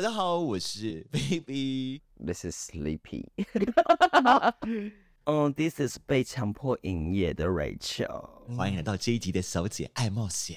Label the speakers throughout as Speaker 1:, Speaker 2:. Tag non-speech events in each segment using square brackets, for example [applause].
Speaker 1: 大家好，我是 Baby。
Speaker 2: This is sleepy [laughs] 嗯、this is 被强迫营业的 Rachel。
Speaker 1: 欢迎来到这一集的《小姐爱冒险》。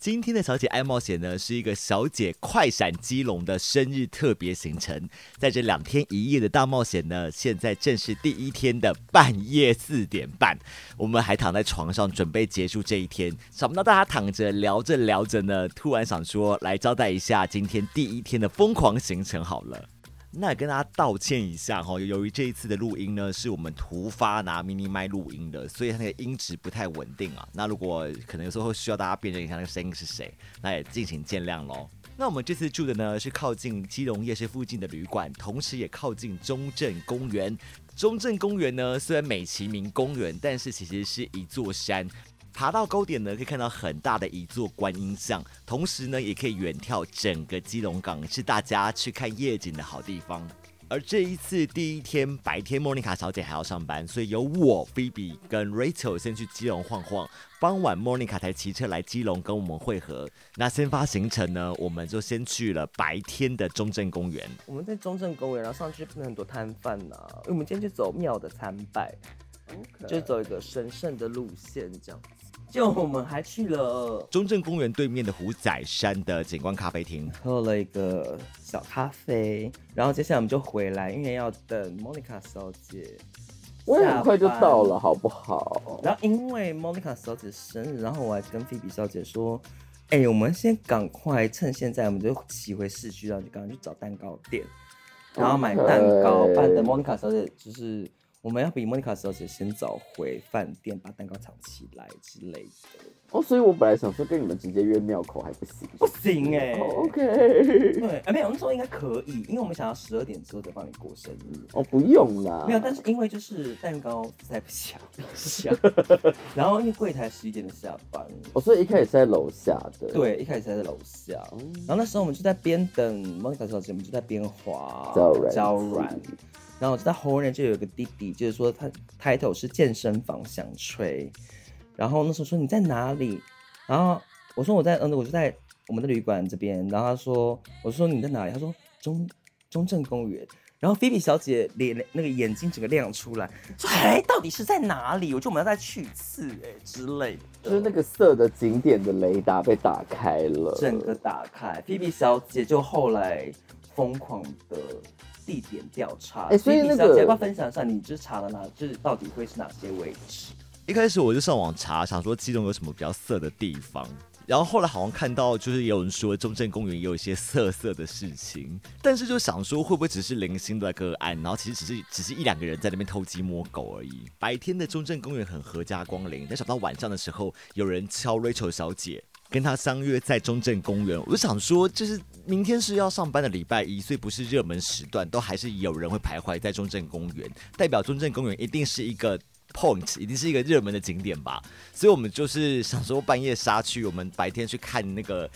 Speaker 1: 今天的小姐爱冒险呢，是一个小姐快闪基隆的生日特别行程。在这两天一夜的大冒险呢，现在正是第一天的半夜四点半，我们还躺在床上准备结束这一天。想不到大家躺着聊着聊着呢，突然想说来交代一下今天第一天的疯狂行程好了。那也跟大家道歉一下哈、由于这一次的录音呢，是我们突发拿 mini 麦录音的，所以它那个音质不太稳定啊。那如果可能有时候会需要大家辨认一下那个声音是谁，那也敬请见谅喽。那我们这次住的呢是靠近基隆夜市附近的旅馆，同时也靠近中正公园。中正公园呢虽然美其名公园，但是其实是一座山，爬到高点呢，可以看到很大的一座观音像，同时呢，也可以远眺整个基隆港，是大家去看夜景的好地方。而这一次第一天白天，莫妮卡小姐还要上班，所以由我、菲比跟 Rachel 先去基隆晃晃。傍晚，莫妮卡才骑车来基隆跟我们会合。那先发行程呢，我们就先去了白天的中正公园。
Speaker 2: 我们在中正公园，然后上去碰到很多摊贩呐，因为我们今天去走庙的参拜就走一个神圣的路线这样子。就我们还去了
Speaker 1: 中正公园对面的虎仔山的景观咖啡厅，
Speaker 2: 喝了一个小咖啡，然后接下来我们就回来，因为要等 Monica 小姐。
Speaker 3: 我很快就到了，好不好？
Speaker 2: 然后因为 Monica 小姐生日，然后我还跟菲比小姐说，哎、我们先赶快趁现在，我们就骑回市区，然后就赶快去找蛋糕店，然后买蛋糕，不然等 Monica 小姐就是我们要比 Monica 小姐先早回饭店，把蛋糕藏起来之类的。
Speaker 3: 哦，所以我本来想说跟你们直接约庙口还不行，
Speaker 2: 不行哎、
Speaker 3: 哦，OK， [laughs]
Speaker 2: 对，哎没有，我们说应该可以，因为我们想要十二点之后再帮你过生日。
Speaker 3: 哦，不用啦，
Speaker 2: 没有，但是因为就是蛋糕塞不下，下，
Speaker 3: [laughs]
Speaker 2: 然后因为柜台十一点就下班了，
Speaker 3: 哦，所以一开始是在楼下的，，
Speaker 2: 对，一开始还在楼下，然后那时候我们就在边等 Monica 小姐，我们就在边滑
Speaker 3: 交软
Speaker 2: 交软然后我就在后面就有一个弟弟，就是说他 title 是健身房响吹，然后那时候说你在哪里？然后我说我在，嗯，我就在我们的旅馆这边。然后他说，我说你在哪里？他说中中正公园。然后菲比小姐脸那个眼睛整个亮出来，说：“哎，到底是在哪里？我觉得我们要再去一次，哎之类的。”
Speaker 3: 就是那个色的景点的雷达被打开了，
Speaker 2: 整个打
Speaker 3: 嗯
Speaker 2: 开。P B 小姐就后来疯狂的地点调查。
Speaker 3: 哎所以
Speaker 2: Phoebe
Speaker 3: 那个
Speaker 2: 小姐要不要分享一下，你就是查了哪，就是到底会是哪些位置？
Speaker 1: 一开始我就上网查，想说基隆有什么比较色的地方。然后后来好像看到，就是也有人说中正公园也有一些色色的事情，但是就想说会不会只是零星的个案，然后其实只是只是一两个人在那边偷鸡摸狗而已。白天的中正公园很合家光临，但想到晚上的时候有人敲 Rachel 小姐，跟她相约在中正公园，我就想说就是明天是要上班的礼拜一，所以不是热门时段，都还是有人会徘徊在中正公园，代表中正公园一定是一个 point 一定是一个热门的景点吧，所以我们就是想说半夜杀去，我们白天去看那个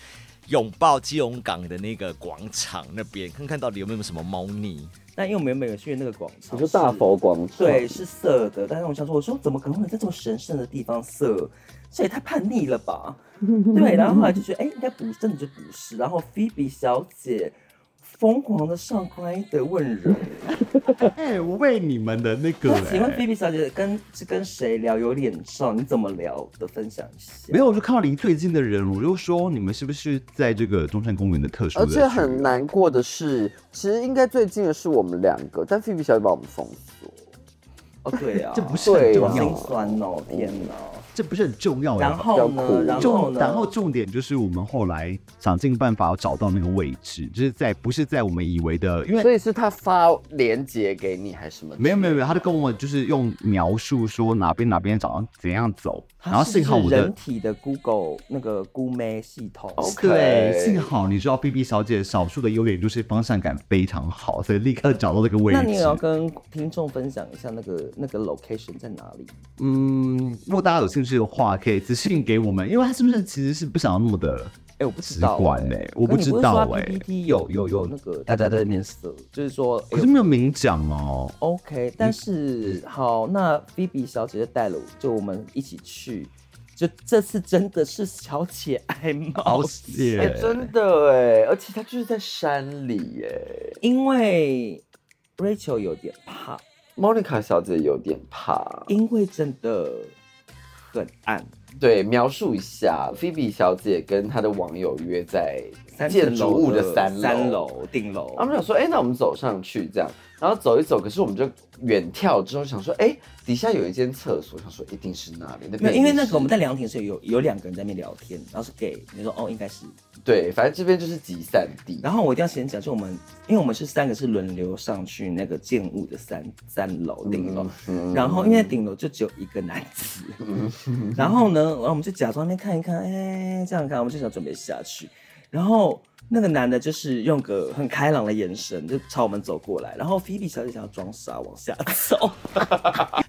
Speaker 1: 拥抱基隆港的那个广场那边，看看到底有没有什么猫腻。
Speaker 2: 那因为我们原本有去那个广场，
Speaker 3: 你说大
Speaker 2: 是
Speaker 3: 佛广场，
Speaker 2: 对，是色的，但是我想说，我说怎么可能会在这么神圣的地方色？这也太叛逆了吧？对，然后后来就觉得，哎、应该不是，真的就不是。然后菲比小姐疯狂的上乖的问人，
Speaker 4: 哎、我为你们的那个、
Speaker 2: 那
Speaker 4: 哎
Speaker 2: 请问菲比小姐跟是跟谁聊？有脸上你怎么聊的？分享一下。
Speaker 4: 没有，我就看到离最近的人，我就说你们是不是在这个中山公园的特殊的
Speaker 3: 而
Speaker 4: 区域？
Speaker 3: 且哦很难过的是，其实应该最近的是我们两个，但菲比小姐把我们封锁，
Speaker 2: 哦，对啊，
Speaker 4: [laughs] 这不是很重
Speaker 2: 好
Speaker 4: 要啊
Speaker 2: 心酸哦，天哪！
Speaker 4: 这不是很重要。啊
Speaker 2: 然后
Speaker 3: 比较
Speaker 2: 呢？
Speaker 3: 苦
Speaker 2: 然后
Speaker 4: 重，
Speaker 2: 呢？
Speaker 4: 然后重点就是我们后来想尽办法要找到那个位置，就是在不是在我们以为的，因为
Speaker 3: 所以是他发链接给你还是什么？
Speaker 4: 没有没有没有，他就跟我就是用描述说哪边哪边找到怎样走，然后
Speaker 2: 它是
Speaker 4: 幸好
Speaker 2: 不
Speaker 4: 我
Speaker 2: 是
Speaker 4: 的
Speaker 2: 人体的 Google 那个姑妹系统，
Speaker 3: 哦 OK
Speaker 4: 对，幸好你知道 B B 小姐少数的优点就是方向感非常好，所以立刻找到那个位置。
Speaker 2: 那你也要跟听众分享一下那个那个 location 在哪里？
Speaker 4: 嗯，如果大家有兴趣的话，可以私信给我们，因为他是不是其实是不想要那么的
Speaker 2: 哎，我不知
Speaker 4: 使
Speaker 2: 道
Speaker 4: 馆
Speaker 2: 哎
Speaker 4: 哎，我不知道哎、
Speaker 2: PPT 有有有那个大家在面色，就是说，哎
Speaker 4: 可是没有明讲哦。
Speaker 3: 嗯
Speaker 2: OK，但是好，那 B B 小姐就带了我，就我们一起去，就这次真的是小姐爱冒
Speaker 4: 好
Speaker 2: 险，
Speaker 4: 险
Speaker 3: 哎、真的哎，而且他就是在山里哎耶。
Speaker 2: 因为 Rachel 有点怕，
Speaker 3: Monica 小姐有点怕，
Speaker 2: 因为真的很暗，
Speaker 3: 对，描述一下，Phoebe 小姐跟她的网友约在
Speaker 2: 三层
Speaker 3: 建筑物
Speaker 2: 楼
Speaker 3: 的三
Speaker 2: 三三楼顶楼，
Speaker 3: 他们想说，哎、那我们走上去这样，然后走一走，可是我们就远眺之后想说，哎、底下有一间厕所，想说一定是那里，那
Speaker 2: 没
Speaker 3: 边
Speaker 2: 有，因为
Speaker 3: 一定
Speaker 2: 那
Speaker 3: 是
Speaker 2: 个我们在凉亭是有有两个人在那边聊天，然后是 gay，你说哦应该是，
Speaker 3: 对，反正这边就是集散地，
Speaker 2: 然后我一定要先讲，就我们因为我们是三个是轮流上去那个建物的三三楼顶楼，
Speaker 3: 嗯
Speaker 2: 然后因为顶楼就只有一个男子，然后呢，然后我们就假装那边看一看，哎，这样看，我们就想准备下去，然后那个男的就是用个很开朗的眼神就朝我们走过来，然后菲比小姐想要装傻往下走，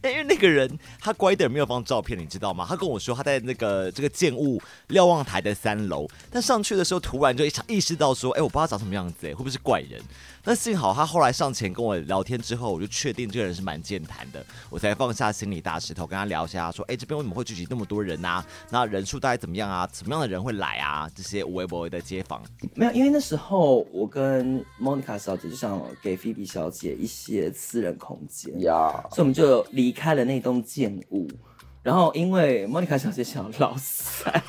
Speaker 1: 因为那个人他乖点没有放照片，你知道吗？他跟我说他在那个这个建物瞭望台的三楼，但上去的时候突然就一场意识到说，哎、我不知道他长什么样子、哎，会不会是怪人？但幸好他后来上前跟我聊天之后，我就确定这个人是蛮健谈的，我才放下心里大石头，跟他聊一下，说，哎、这边为什么会聚集那么多人啊？那人数大概怎么样啊？什么样的人会来啊？这些无微不微的街坊，
Speaker 2: 没有，因为那时候我跟 Monica 小姐就想给菲比小姐一些私人空间，
Speaker 3: 呀，
Speaker 2: 所以我们就离开了那栋建物。然后因为莫妮卡小姐想要老塞，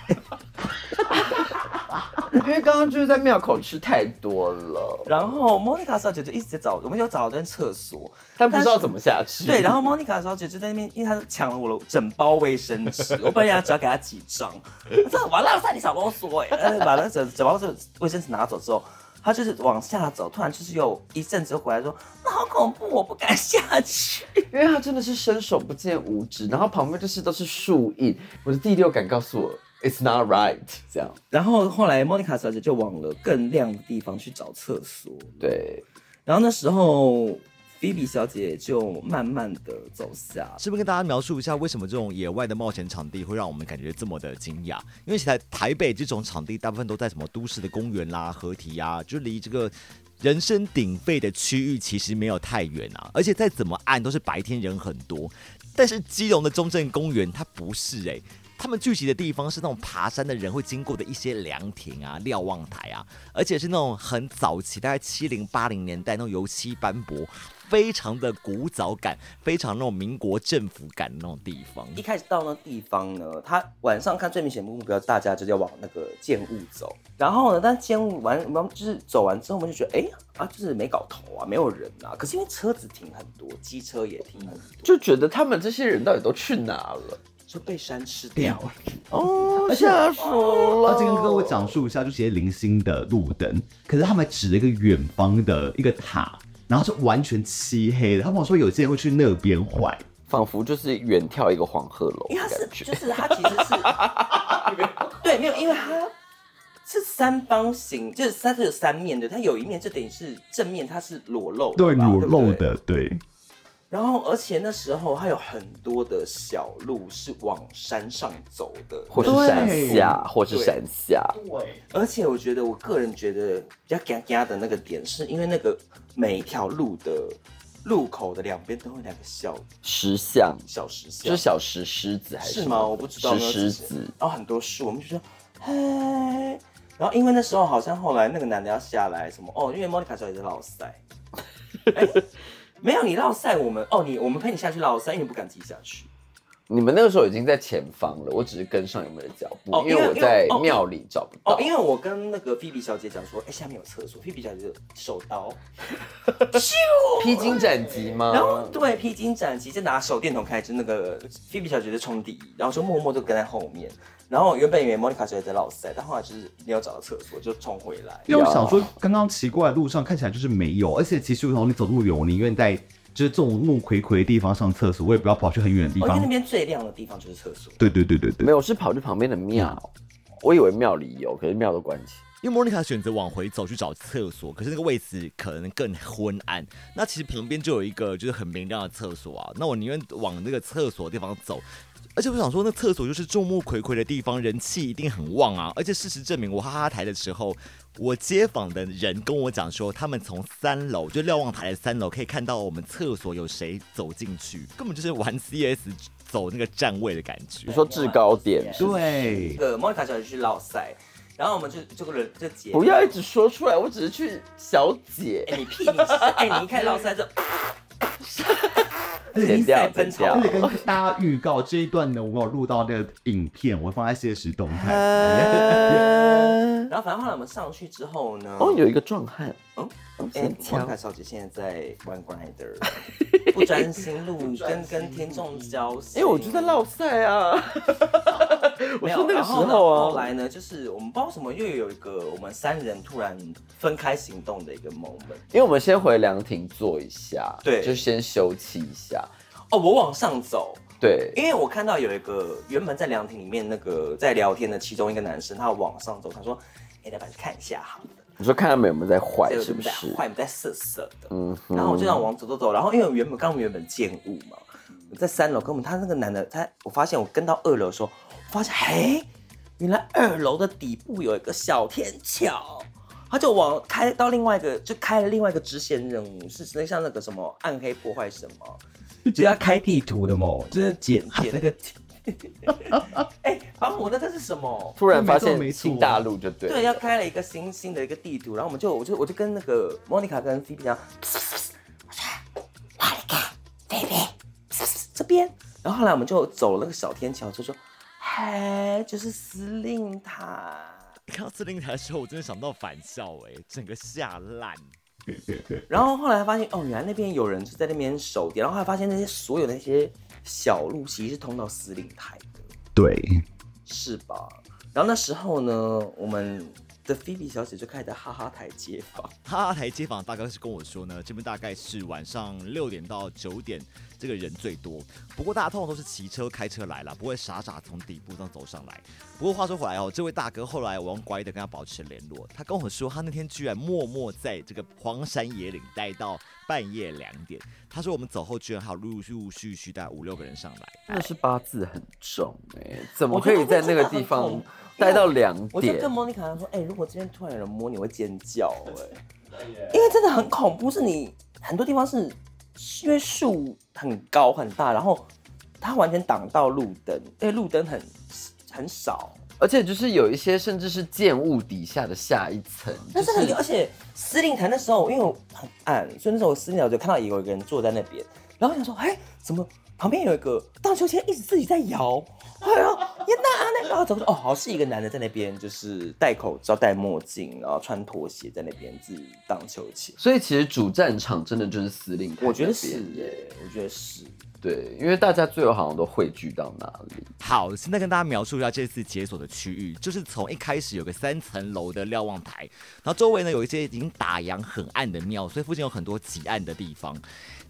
Speaker 3: 因为刚刚就是在庙口吃太多了，
Speaker 2: 然后莫妮卡小姐就一直在找，我们有找到间厕所，
Speaker 3: 但不知道怎么下去，
Speaker 2: 对，然后莫妮卡小姐就在那边，因为她抢了我的整包卫生纸，我本来要只要给她几张，她说完了，塞你少啰嗦哎，呃把那整整包这卫生纸拿走之后，她就是往下走，突然就是有一阵子又回来说，那好恐怖，我不敢下去。 [laughs]
Speaker 3: 因为他真的是伸手不见五指，然后旁边就是都是树荫，我的第六感告诉我，it's not right，这样，
Speaker 2: 然后后来莫妮卡小姐就往了更亮的地方去找厕所，
Speaker 3: 对，
Speaker 2: 然后那时候菲比小姐就慢慢的走下，
Speaker 1: 是不是跟大家描述一下为什么这种野外的冒险场地会让我们感觉这么的惊讶？因为其实台北这种场地大部分都在什么都市的公园啦、河堤呀、就离这个人声鼎沸的区域其实没有太远啊。而且再怎么暗都是白天人很多，但是基隆的中正公园它不是欸诶、他们聚集的地方是那种爬山的人会经过的一些凉亭啊、瞭望台啊，而且是那种很早期，大概七零八零年代那种油漆斑驳，非常的古早感，非常那种民国政府感的那种地方。
Speaker 2: 一开始到那地方呢，他晚上看最明显的目标，大家就是要往那个建物走。然后呢，但建物完，我们就是走完之后，我们就觉得，哎、啊，就是没搞头啊，没有人啊。可是因为车子停很多，机车也停很多，
Speaker 3: 就觉得他们这些人到底都去哪了？
Speaker 2: 就被山吃掉
Speaker 4: [laughs]
Speaker 2: 了。
Speaker 3: 哦，吓死我
Speaker 4: 而
Speaker 3: 了！
Speaker 4: 且跟各位讲述一下，就写零星的路灯，可是他们指了一个远方的一个塔，然后是完全漆黑的。他们说有些人会去那边玩，
Speaker 3: 仿佛就是远眺一个黄鹤楼
Speaker 2: 因为
Speaker 3: 的
Speaker 2: 它是
Speaker 3: 感，觉。
Speaker 2: 就是它其实是，对，没有，因为它是三方形，就是它是有三面的，它有一面就等于是正面，它是裸露的
Speaker 4: 对
Speaker 2: 吧，
Speaker 4: 裸
Speaker 2: 对不对
Speaker 4: 露的，
Speaker 3: 哎
Speaker 4: 对，
Speaker 2: 然后，而且那时候还有很多的小路是往山上走的，
Speaker 3: 或是山下，或是山下，
Speaker 2: 而且我觉得，我个人觉得比较尴尬的那个点，是因为那个每一条路的路口的两边都有两个小
Speaker 3: 石像，
Speaker 2: 小石像，
Speaker 3: 就是小石狮子还是
Speaker 2: 是
Speaker 3: 什么
Speaker 2: 吗？我不知道。
Speaker 3: 石
Speaker 2: 那是
Speaker 3: 狮
Speaker 2: 什么
Speaker 3: 子，
Speaker 2: 然后很多树，我们就说，嘿。然后因为那时候好像后来那个男的要下来什么哦，因为莫妮卡小姐在落塞，
Speaker 3: [laughs]
Speaker 2: 哎没有你落塞我们哦，你我们陪你下去落塞，因为你不敢自己下去。
Speaker 3: 你们那个时候已经在前方了，我只是跟上你们的脚步，
Speaker 2: 哦
Speaker 3: 因为我
Speaker 2: 因为
Speaker 3: 在
Speaker 2: 哦
Speaker 3: 庙里找不到。
Speaker 2: 哦，因为我跟那个菲比小姐讲说，哎、下面有厕所，菲比小姐就手刀，
Speaker 3: 披荆斩棘吗？
Speaker 2: 然后对披荆斩棘，就拿手电筒开，就那个菲比小姐就冲第一，然后就默默就跟在后面。然后原本以为莫妮卡小姐在落塞，但后来就是没有找到厕所，就冲回来。
Speaker 4: 因为我想说，刚刚奇怪的路上看起来就是没有，而且其实从你走路远，我宁愿在就是这种怒睽睽的地方上厕所，我也不要跑去很远的地
Speaker 2: 我
Speaker 3: 哦
Speaker 2: 觉得
Speaker 4: 方
Speaker 2: 那。边最亮的地方就是厕所。
Speaker 4: 对对对对对
Speaker 3: 没，有，我是跑去旁边的庙，我以为庙里有，可是庙都关起。
Speaker 1: 因为莫妮卡选择往回走去找厕所，可是那个位置可能更昏暗。那其实旁边就有一个就是很明亮的厕所啊，那我宁愿往那个厕所的地方走。而且我想说，那厕所就是众目睽睽的地方，人气一定很旺啊！而且事实证明，我哈哈台的时候，我街坊的人跟我讲说，他们从三楼，就瞭望台的三楼，可以看到我们厕所有谁走进去，根本就是玩 CS 走那个站位的感觉
Speaker 3: 你。说制高点是不是，
Speaker 4: 对，
Speaker 2: 呃，莫妮卡小姐去老塞，然后我们就这个人就结
Speaker 3: 不要一直说出来，我只是去小姐，
Speaker 2: 哎你屁你是哎你一看老塞就
Speaker 3: 剪掉
Speaker 2: 一塞
Speaker 3: 剪
Speaker 2: 喷草
Speaker 3: 掉 [laughs]
Speaker 4: 而。且跟大家预告这一段呢，我有录到那个影片，我会放在现实动态。
Speaker 3: 呃
Speaker 2: 然后反正后来我们上去之后呢，
Speaker 3: 哦，有一个壮汉，
Speaker 2: 嗯
Speaker 3: 哦，
Speaker 2: 哎，
Speaker 3: 先
Speaker 2: 莫妮
Speaker 3: 敲
Speaker 2: 卡小姐现在在玩 Grinder，不 [laughs] 专心录，跟跟听众交心。
Speaker 3: 因哎为我就在落赛啊， [laughs] 我
Speaker 2: 没有，
Speaker 3: 说那个
Speaker 2: 然
Speaker 3: 时
Speaker 2: 后呢
Speaker 3: 候
Speaker 2: 后
Speaker 3: 啊，
Speaker 2: 来呢，就是我们不知道为什么又有一个我们三人突然分开行动的一个 moment。
Speaker 3: 因为我们先回凉亭坐一下，
Speaker 2: 对
Speaker 3: 就先休憩一下，
Speaker 2: 哦，我往上走，
Speaker 3: 对，
Speaker 2: 因为我看到有一个原本在凉亭里面那个在聊天的其中一个男生，他往上走，他说：“哎、老板看一下好了，
Speaker 3: 你说看他们有没有在坏
Speaker 2: 这，个
Speaker 3: 是
Speaker 2: 人
Speaker 3: 不
Speaker 2: 在
Speaker 3: 是？
Speaker 2: 坏，不在色色的。
Speaker 3: 嗯哼，
Speaker 2: 然后我就让往走走走，然后因为我原本刚我们原本见物嘛，我在三楼跟我们他那个男的，他我发现我跟到二楼的时候，我发现嘿，原来二楼的底部有一个小天桥，他就往开到另外一个，就开了另外一个支线任务，是那像那个什么暗黑破坏神嘛，
Speaker 5: 就只要开地图的嘛，就是简
Speaker 2: 简
Speaker 5: 那个
Speaker 2: 哎，保姆那个是什么？
Speaker 3: 突然发
Speaker 4: 没错没
Speaker 3: 现
Speaker 4: 错
Speaker 3: 新大陆就对了，
Speaker 2: 对，要开了一个新新的一个地图，然后我们就我就我就跟那个莫妮卡跟菲比讲，我说莫妮卡菲比这边，然后后来我们就走了那个小天桥，就说，嗨，就是司令塔。
Speaker 1: 看到司令台的时候，我真的想到返校、哎，整个吓烂。
Speaker 2: 然后后来发现哦，原来那边有人就在那边守点，然后还发现那些所有的那些小路其实是通到司令台的。
Speaker 4: 对，
Speaker 2: 是吧？然后那时候呢，我们的菲比小姐就开始在哈哈台街访，
Speaker 1: 哈哈台街坊大概是跟我说呢，这边大概是晚上六点到九点，这个人最多。不过大家通常都是骑车、开车来啦，不会傻傻从底部这样走上来。不过话说回来哦，这位大哥后来我用乖的跟他保持联络，他跟我说他那天居然默默在这个荒山野岭待到半夜两点。他说我们走后居然还有陆陆续续大概五六个人上来。
Speaker 3: 那是八字很重哎、怎么
Speaker 2: 哎我觉
Speaker 3: 可
Speaker 2: 得
Speaker 3: 以在那个地
Speaker 2: 我觉得
Speaker 3: 方
Speaker 2: 很恐
Speaker 3: 待到两
Speaker 2: 我就
Speaker 3: 点
Speaker 2: 跟？莫妮卡说：“哎、如果这边突然有人摸你，我会尖叫、哎，因为真的很恐怖，是你很多地方是因为树很高很大，然后它完全挡到路灯，因为路灯很很少，
Speaker 3: 而且就是有一些甚至是建物底下的下一层，就
Speaker 2: 但是很而且司令台那时候因为我很暗，所以那时候我司令台我就看到有一个人坐在那边，然后我想说，哎，怎么旁边有一个荡秋千一直自己在摇？哎呦，耶那啊那，然后走过去，哦，好是一个男的在那边，就是戴口罩、戴墨镜，然后穿拖鞋在那边自己荡秋千。
Speaker 3: 所以其实主战场真的就是司令台那边，
Speaker 2: 我觉得是耶，我觉得是。
Speaker 3: 对，因为大家最后好像都汇聚到哪里，
Speaker 1: 好，现在跟大家描述一下这次解锁的区域，就是从一开始有个三层楼的瞭望台，然后周围呢有一些已经打烊很暗的庙，所以附近有很多极暗的地方。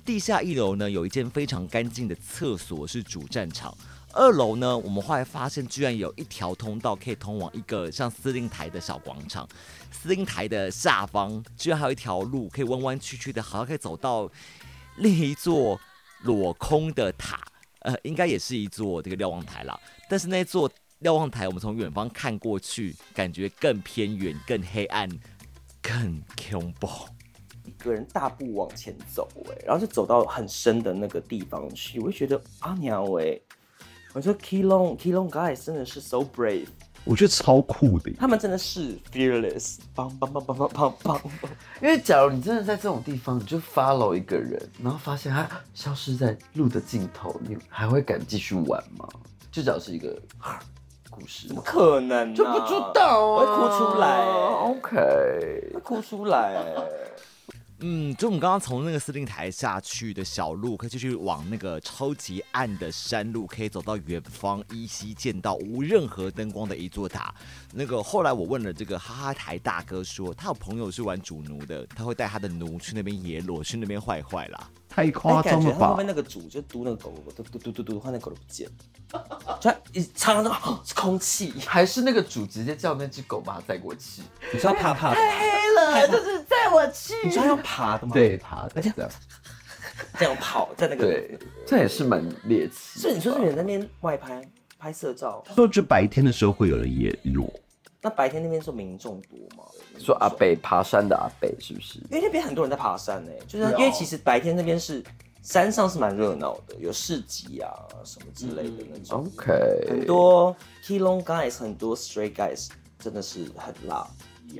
Speaker 1: 地下一楼呢有一间非常干净的厕所是主战场，二楼呢我们后来发现居然有一条通道可以通往一个像司令台的小广场，司令台的下方居然还有一条路可以弯弯曲曲的，好像可以走到另一座裸空的塔，呃，应该也是一座这个瞭望台啦。但是那座瞭望台，我们从远方看过去，感觉更偏远、更黑暗、更恐怖。
Speaker 2: 一个人大步往前走、哎，然后就走到很深的那个地方去，我就觉得阿娘哎、我说 Kilong Kilong guys 真的是 so brave。
Speaker 4: 我觉得超酷的耶。
Speaker 2: 他们真的是 fearless，棒棒棒棒棒棒棒，
Speaker 3: 因为假如你真的在这种地方，你就 follow 一个人，然后发现他消失在路的尽头，你还会敢继续玩吗？至少是一个故事
Speaker 2: 怎么，可能、啊？
Speaker 3: 就不知道
Speaker 2: 我
Speaker 3: 啊，
Speaker 2: 会哭出来
Speaker 3: OK，
Speaker 2: 会哭出来、
Speaker 1: 嗯，就我们刚刚从那个司令台下去的小路，可以继续往那个超级暗的山路，可以走到远方依稀见到无任何灯光的一座塔。那个后来我问了这个哈哈台大哥说，他有朋友是玩主奴的，他会带他的奴去那边野裸，去那边坏坏啦。
Speaker 4: 太
Speaker 2: 哎
Speaker 4: 夸
Speaker 2: 感
Speaker 4: 张
Speaker 2: 觉
Speaker 4: 了
Speaker 2: 他
Speaker 4: 吧
Speaker 2: 后面？那个主就嘟那个狗狗，嘟嘟嘟嘟嘟，换那狗都不见了，就他一唱那个哦是空气，
Speaker 3: 还是那个主直接叫那只狗把它载过去，
Speaker 5: 你知道怕怕，
Speaker 3: 黑了，就是载我去
Speaker 2: 你知道要爬的吗？，
Speaker 4: 对他，而且
Speaker 2: 这样跑在那个。
Speaker 3: 对，哎这也是蛮猎奇。
Speaker 2: 所以你说是有人在那边外拍拍摄照，
Speaker 4: 说就白天的时候会有人野裸，
Speaker 2: 那白天那边是民众多吗？
Speaker 3: 说啊阿北爬山的阿北是不是？
Speaker 2: 因为那边很多人在爬山呢、欸就是、
Speaker 3: 对啊
Speaker 2: 因为其实白天那边是山上是蛮热闹的，有市集啊什么之类的那种，
Speaker 3: OK，
Speaker 2: 很多 k i l o n guys，很多 straight guys，真的是很辣，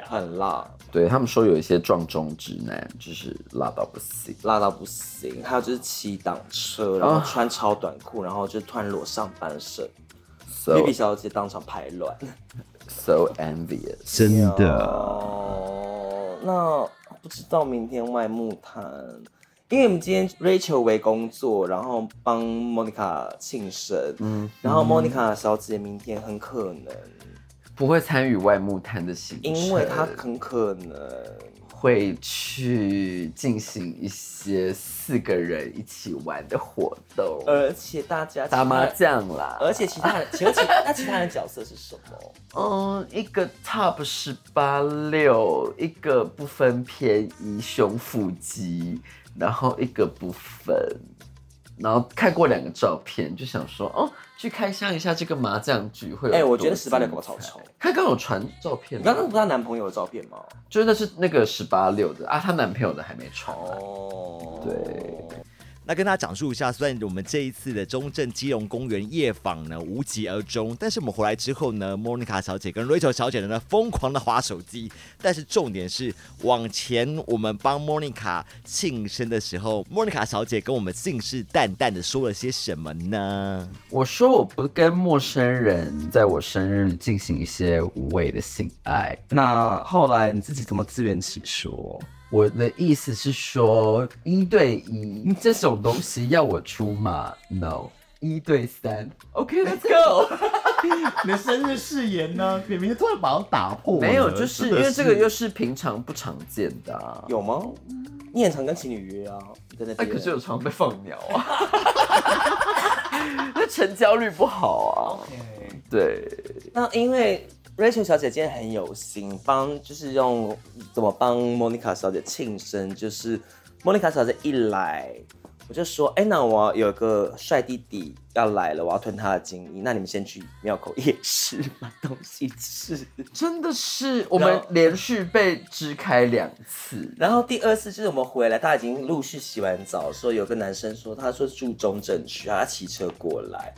Speaker 2: 很辣，
Speaker 3: 对他们说有一些撞钟直男就是辣到不行，
Speaker 2: 辣到不行。还有就是骑挡车，然后
Speaker 3: 啊
Speaker 2: 穿超短裤，然后就突然裸上半身，
Speaker 3: so
Speaker 2: 丽比小姐当场排卵。
Speaker 3: so envious。
Speaker 4: 真的。
Speaker 2: 哦，那不知道明天外木谈，因为我们今天 Rachel 为工作，然后帮 Monica 庆生，嗯，然后 Monica 小姐明天很可能，
Speaker 3: 不会参与外木摊的行程，
Speaker 2: 因为她很可能，
Speaker 3: 会去进行一些四个人一起玩的活动，
Speaker 2: 而且大
Speaker 5: 嗯
Speaker 2: 家
Speaker 3: 打
Speaker 2: 其他
Speaker 3: 麻
Speaker 2: 人，
Speaker 3: 将啦。
Speaker 2: 而且其他人，而且那其他人角色是什么？
Speaker 3: 嗯，一个 top 十八六，一个不分偏移胸腹肌，然后一个不分，然后看过两个照片，就想说哦，去开箱一下这个麻将局会有。
Speaker 2: 哎、我觉得十八六搞不好超丑。。
Speaker 3: 他刚有传照片
Speaker 2: 你
Speaker 3: 吗，
Speaker 2: 刚刚不是她男朋友的照片吗？
Speaker 3: 就是那是那个十八六的啊，她男朋友的还没传、啊。
Speaker 2: 哦，
Speaker 3: 对，
Speaker 1: 那跟大家讲述一下，虽然我们这一次的中正基隆公园夜访呢无疾而终，但是我们回来之后呢，莫妮卡小姐跟 Rachel 小姐呢疯狂的划手机，但是重点是往前我们帮莫妮卡庆生的时候，莫妮卡小姐跟我们信誓旦旦的说了些什么呢？
Speaker 3: 我说我不跟陌生人在我生日进行一些无谓的性爱。
Speaker 5: 那后来你自己怎么自圆其说？
Speaker 3: 我的意思是说，一对一这种东西要我出吗？No，一对三，OK，Let's、go。
Speaker 4: 你的生日誓言呢？你明天突然把我打破了，
Speaker 3: 没有，就是
Speaker 4: 真
Speaker 3: 因
Speaker 4: 的
Speaker 3: 为这个
Speaker 4: 是
Speaker 3: 又是平常不常见的、啊。
Speaker 2: 有吗？你很常跟情侣约啊，在那
Speaker 3: 哎、
Speaker 2: 边。
Speaker 3: 可是有常被放鸟啊， [laughs] 那成交率不好啊。对，
Speaker 2: 那因为 Rachel 小姐今天很有心，帮就是用怎么帮 Monica 小姐庆生，就是 Monica 小姐一来，我就说，哎、那我有个帅弟弟要来了，我要吞他的金衣，那你们先去庙口夜市买东西吃。
Speaker 3: 真的是我们连续被支开两次。
Speaker 2: 然后第二次就是我们回来，大家已经陆续洗完澡，说有个男生说他说住中正区，他骑车过来，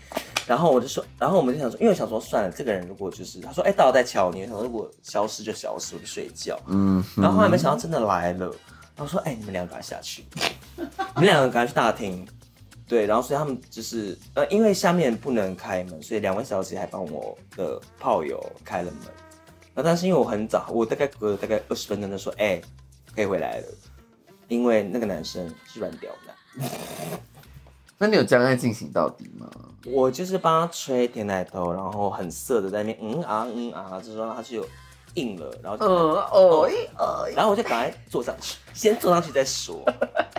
Speaker 2: 然后我就说，然后我们就想说，因为我想说算了，这个人如果就是他说哎到了再敲你，我想说如果消失就消失，我就睡觉，嗯，然后后来没想到真的来了，然后说哎你们两个赶快下去，你们两个赶快去大厅。对，然后所以他们就是呃，因为下面不能开门，所以两位小姐还帮我的炮友开了门。那但是因为我很早，我大概隔了大概二十分钟就说，哎、可以回来了，因为那个男生是软屌男，
Speaker 3: 那你有将爱进行到底吗？
Speaker 2: 我就是帮他吹甜奶头，然后很色的在那边嗯啊嗯啊，就说他是有硬了，然后就、
Speaker 3: 哦一哦
Speaker 2: 然后我就赶快坐上去，先坐上去再
Speaker 3: [laughs]
Speaker 2: 说，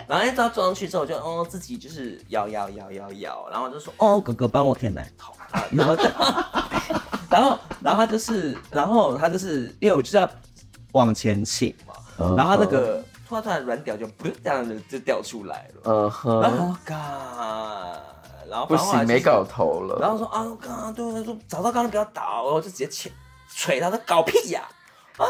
Speaker 2: 然后一直到坐上去之后，我就哦自己就是摇摇摇摇摇，然后我就说哦哥哥帮我舔奶头，啊然后就
Speaker 4: [laughs]
Speaker 2: 然后然后他就是然后他就是因为我就是要
Speaker 5: 往前倾嘛，
Speaker 4: 嗯
Speaker 2: 然后他那
Speaker 3: 哦
Speaker 2: 个突然突然软屌就不这样子就掉出来了。
Speaker 3: 嗯
Speaker 2: 然后
Speaker 3: 哼，
Speaker 2: 我嘎，然后
Speaker 3: 不
Speaker 2: 反正后来
Speaker 3: 行，
Speaker 2: 就是
Speaker 3: 没搞。头了。
Speaker 2: 然后说啊，我刚对我说找到刚刚不要打，我就直接切捶他，说搞屁呀、啊！妈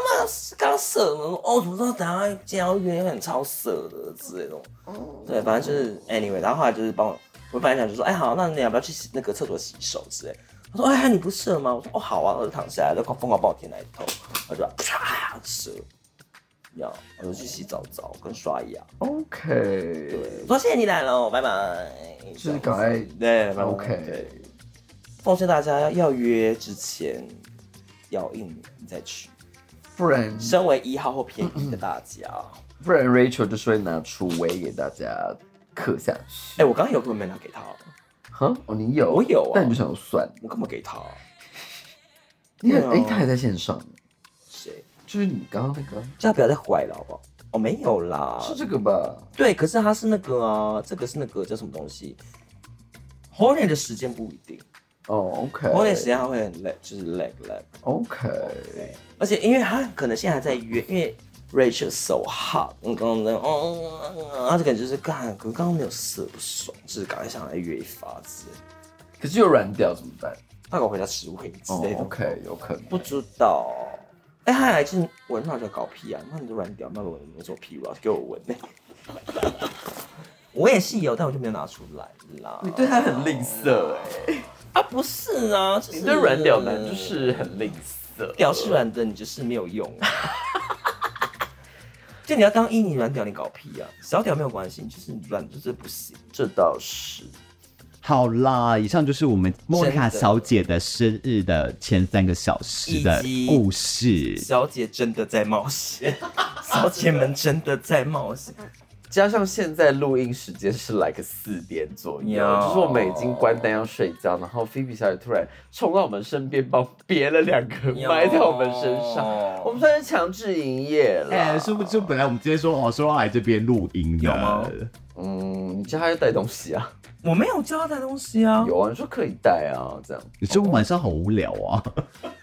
Speaker 2: 刚射，我说哦，怎么知道等下见到约很超色的之类的那种。对，反正就是 anyway，然后后来就是帮我，我本来想就说，哎好，那你要不要去洗那个厕所洗手之类？他说哎，你不射吗？我说哦好啊，我就躺下来，就疯狂帮我舔奶头，我就啪射，要我就去洗澡澡跟刷牙。
Speaker 3: OK，
Speaker 2: 我说谢谢你来了，拜拜。
Speaker 3: 就是赶快
Speaker 2: 对拜拜
Speaker 3: OK，
Speaker 2: 奉劝大家要约之前要应你再去。
Speaker 3: 不然
Speaker 2: 身为一号或便宜的大家，
Speaker 3: 不然 Rachel 就是会拿出威给大家刻下去。
Speaker 2: 哎、我刚刚有根本没拿给他，
Speaker 3: 哈，哦，你有，
Speaker 2: 我有啊
Speaker 3: 但你就想算，
Speaker 2: 我干嘛给他？
Speaker 3: 你很
Speaker 2: 对啊
Speaker 3: 哎，他还在线上，
Speaker 2: 谁？
Speaker 3: 就是你刚刚那个，
Speaker 2: 叫他不要再怀了，好不好？哦，没有啦。
Speaker 3: 是这个吧？
Speaker 2: 对，可是他是那个啊，这个是那个叫什么东西？Hornet 的时间不一定
Speaker 3: 哦
Speaker 2: ，Hornet 时
Speaker 3: ，OK，OK，
Speaker 2: 间他会很累，就是累累。而且因为他可能现在还在约，因为 Rachel so hot，我刚刚在哦，他就感觉就是干，可是刚刚没有射不爽，就是赶快想来约一发之类的。
Speaker 3: 可是又软掉怎么办？
Speaker 2: 他搞回家吃味之
Speaker 3: 哦
Speaker 2: 类的。
Speaker 3: ，OK，有可能。
Speaker 2: 不知道。哎、他还是闻到就搞屁啊！那你就软屌，那我我做屁股啊，给我闻呢、 [laughs] 我也是有，但我就没有拿出来啦。
Speaker 3: 你对他很吝啬哎、
Speaker 2: 啊，不是啊，就是、
Speaker 3: 你对软屌男就是很吝啬。
Speaker 2: 屌是软的，你就是没有用、啊 [laughs] 就你要当一，你软屌你搞屁啊！小屌没有关系，你就是软就是不行。
Speaker 3: 这倒是。
Speaker 4: 好啦，以上就是我们莫妮卡
Speaker 2: 真的
Speaker 4: 小姐的生日的前三个小时的
Speaker 2: 以及
Speaker 4: 故事。
Speaker 2: 小姐真的在冒
Speaker 3: [laughs]
Speaker 2: 险，小姐们真的在冒险。
Speaker 3: 加上现在录音时间是来个四点左右，
Speaker 2: 哟
Speaker 3: 就是我们已经关灯要睡觉，然后菲比小姐突然冲到我们身边，帮别了两个
Speaker 2: 哟
Speaker 3: 麦在我们身上，
Speaker 2: 哦
Speaker 3: 我们算是强制营业了。
Speaker 4: 哎、是不是本来我们今天说哦，说要来这边录音
Speaker 2: 有吗
Speaker 4: 的，
Speaker 3: 嗯，你叫他要带东西啊？
Speaker 2: 我没有教她带东西啊，
Speaker 3: 有啊，你说可以带啊，这样。
Speaker 4: 你这晚上好无聊啊！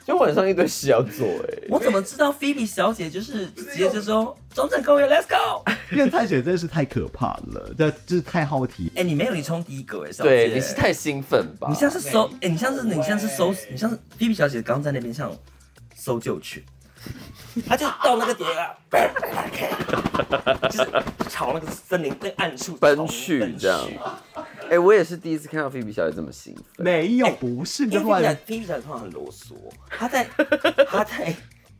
Speaker 3: 就晚上一堆事要做哎、
Speaker 2: 我怎么知道菲比小姐就是直接就说中正公园 Let's go？
Speaker 4: 因为探险真的是太可怕了，这就是太好奇。
Speaker 2: 哎、你没有你冲第一个哎、小姐，
Speaker 3: 对，你是太兴奋吧？
Speaker 2: 你像是搜，哎、你像是你像是搜，你像是菲比小姐刚在那边像搜救犬，她就到那个点啊，就是朝那个森林最暗处
Speaker 3: 奔去这样哎、我也是第一次看到菲比小姐这么兴奋。
Speaker 4: 没
Speaker 2: 哎
Speaker 4: 有，不是，
Speaker 2: 因
Speaker 4: 这
Speaker 2: 为菲比小
Speaker 4: 乱
Speaker 2: 姐菲比小姐通常很啰嗦，她在她在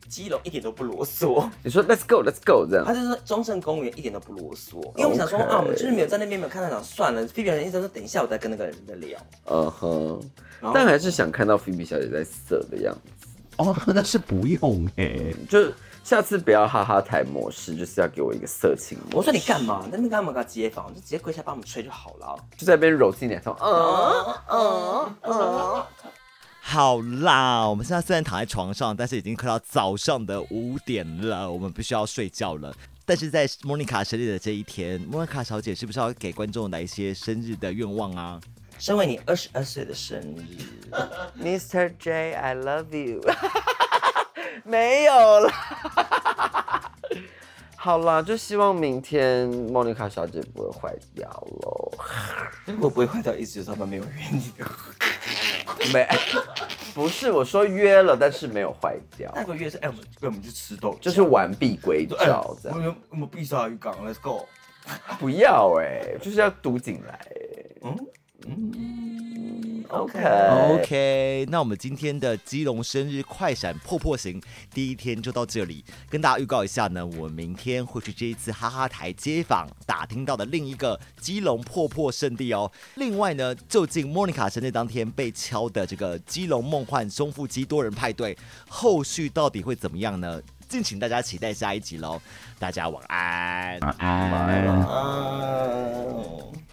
Speaker 2: 基隆一点都不啰嗦。
Speaker 3: 你说 Let's go，Let's go 这样
Speaker 2: 他。就是说中正公园一点都不啰嗦，因为我想说
Speaker 3: OK
Speaker 2: 啊，我们就是没有在那边没有看到场，算了。菲比人一直说等一下我再跟那个人在聊，
Speaker 3: 嗯哼
Speaker 2: 然后，
Speaker 3: 但还是想看到菲比小姐在色的样子，
Speaker 4: 哦，那是不用哎、
Speaker 3: 就下次不要哈哈台模式，就是要给我一个色情模式。
Speaker 2: 我说你干嘛？你在那边干嘛？给他街访，就直接跪下帮我们吹就好了啊。
Speaker 3: 就在那边揉自己脸上，
Speaker 2: 哦
Speaker 3: 嗯，
Speaker 1: 好啦，我们现在虽然躺在床上，但是已经快到早上的五点了，我们必须要睡觉了。但是在莫妮卡生日的这一天，莫妮卡小姐是不是要给观众来一些生日的愿望啊？
Speaker 2: 身为你二十二岁的生日，
Speaker 3: Mr. J, I love you 。 [laughs] 没有啦。 [laughs] 好啦，就希望明天莫妮卡小姐不会坏掉喽。
Speaker 2: 会不会坏掉？意思就是他们没有约你的。
Speaker 3: 没， [laughs] 不是我说约了，但是没有坏掉，
Speaker 2: 那个月是哎，我们我们去吃豆浆，
Speaker 3: 就是完璧归
Speaker 2: 哎
Speaker 3: 赵这
Speaker 2: 我
Speaker 3: 样。
Speaker 2: 们我们必须要渔港，Let's go。
Speaker 3: 不要哎、就是要读进来、欸。
Speaker 2: 嗯嗯
Speaker 3: OK
Speaker 1: OK，那我们今天的基隆生日快闪破破行第一天就到这里，跟大家预告一下呢，我明天会去这一次哈哈台街访打听到的另一个基隆破破圣地哦。另外呢，就近莫妮卡生日当天被敲的这个基隆梦幻胸腹肌多人派对，后续到底会怎么样呢？敬请大家期待下一集喽，大家晚安。
Speaker 4: 晚安。
Speaker 2: 嗯。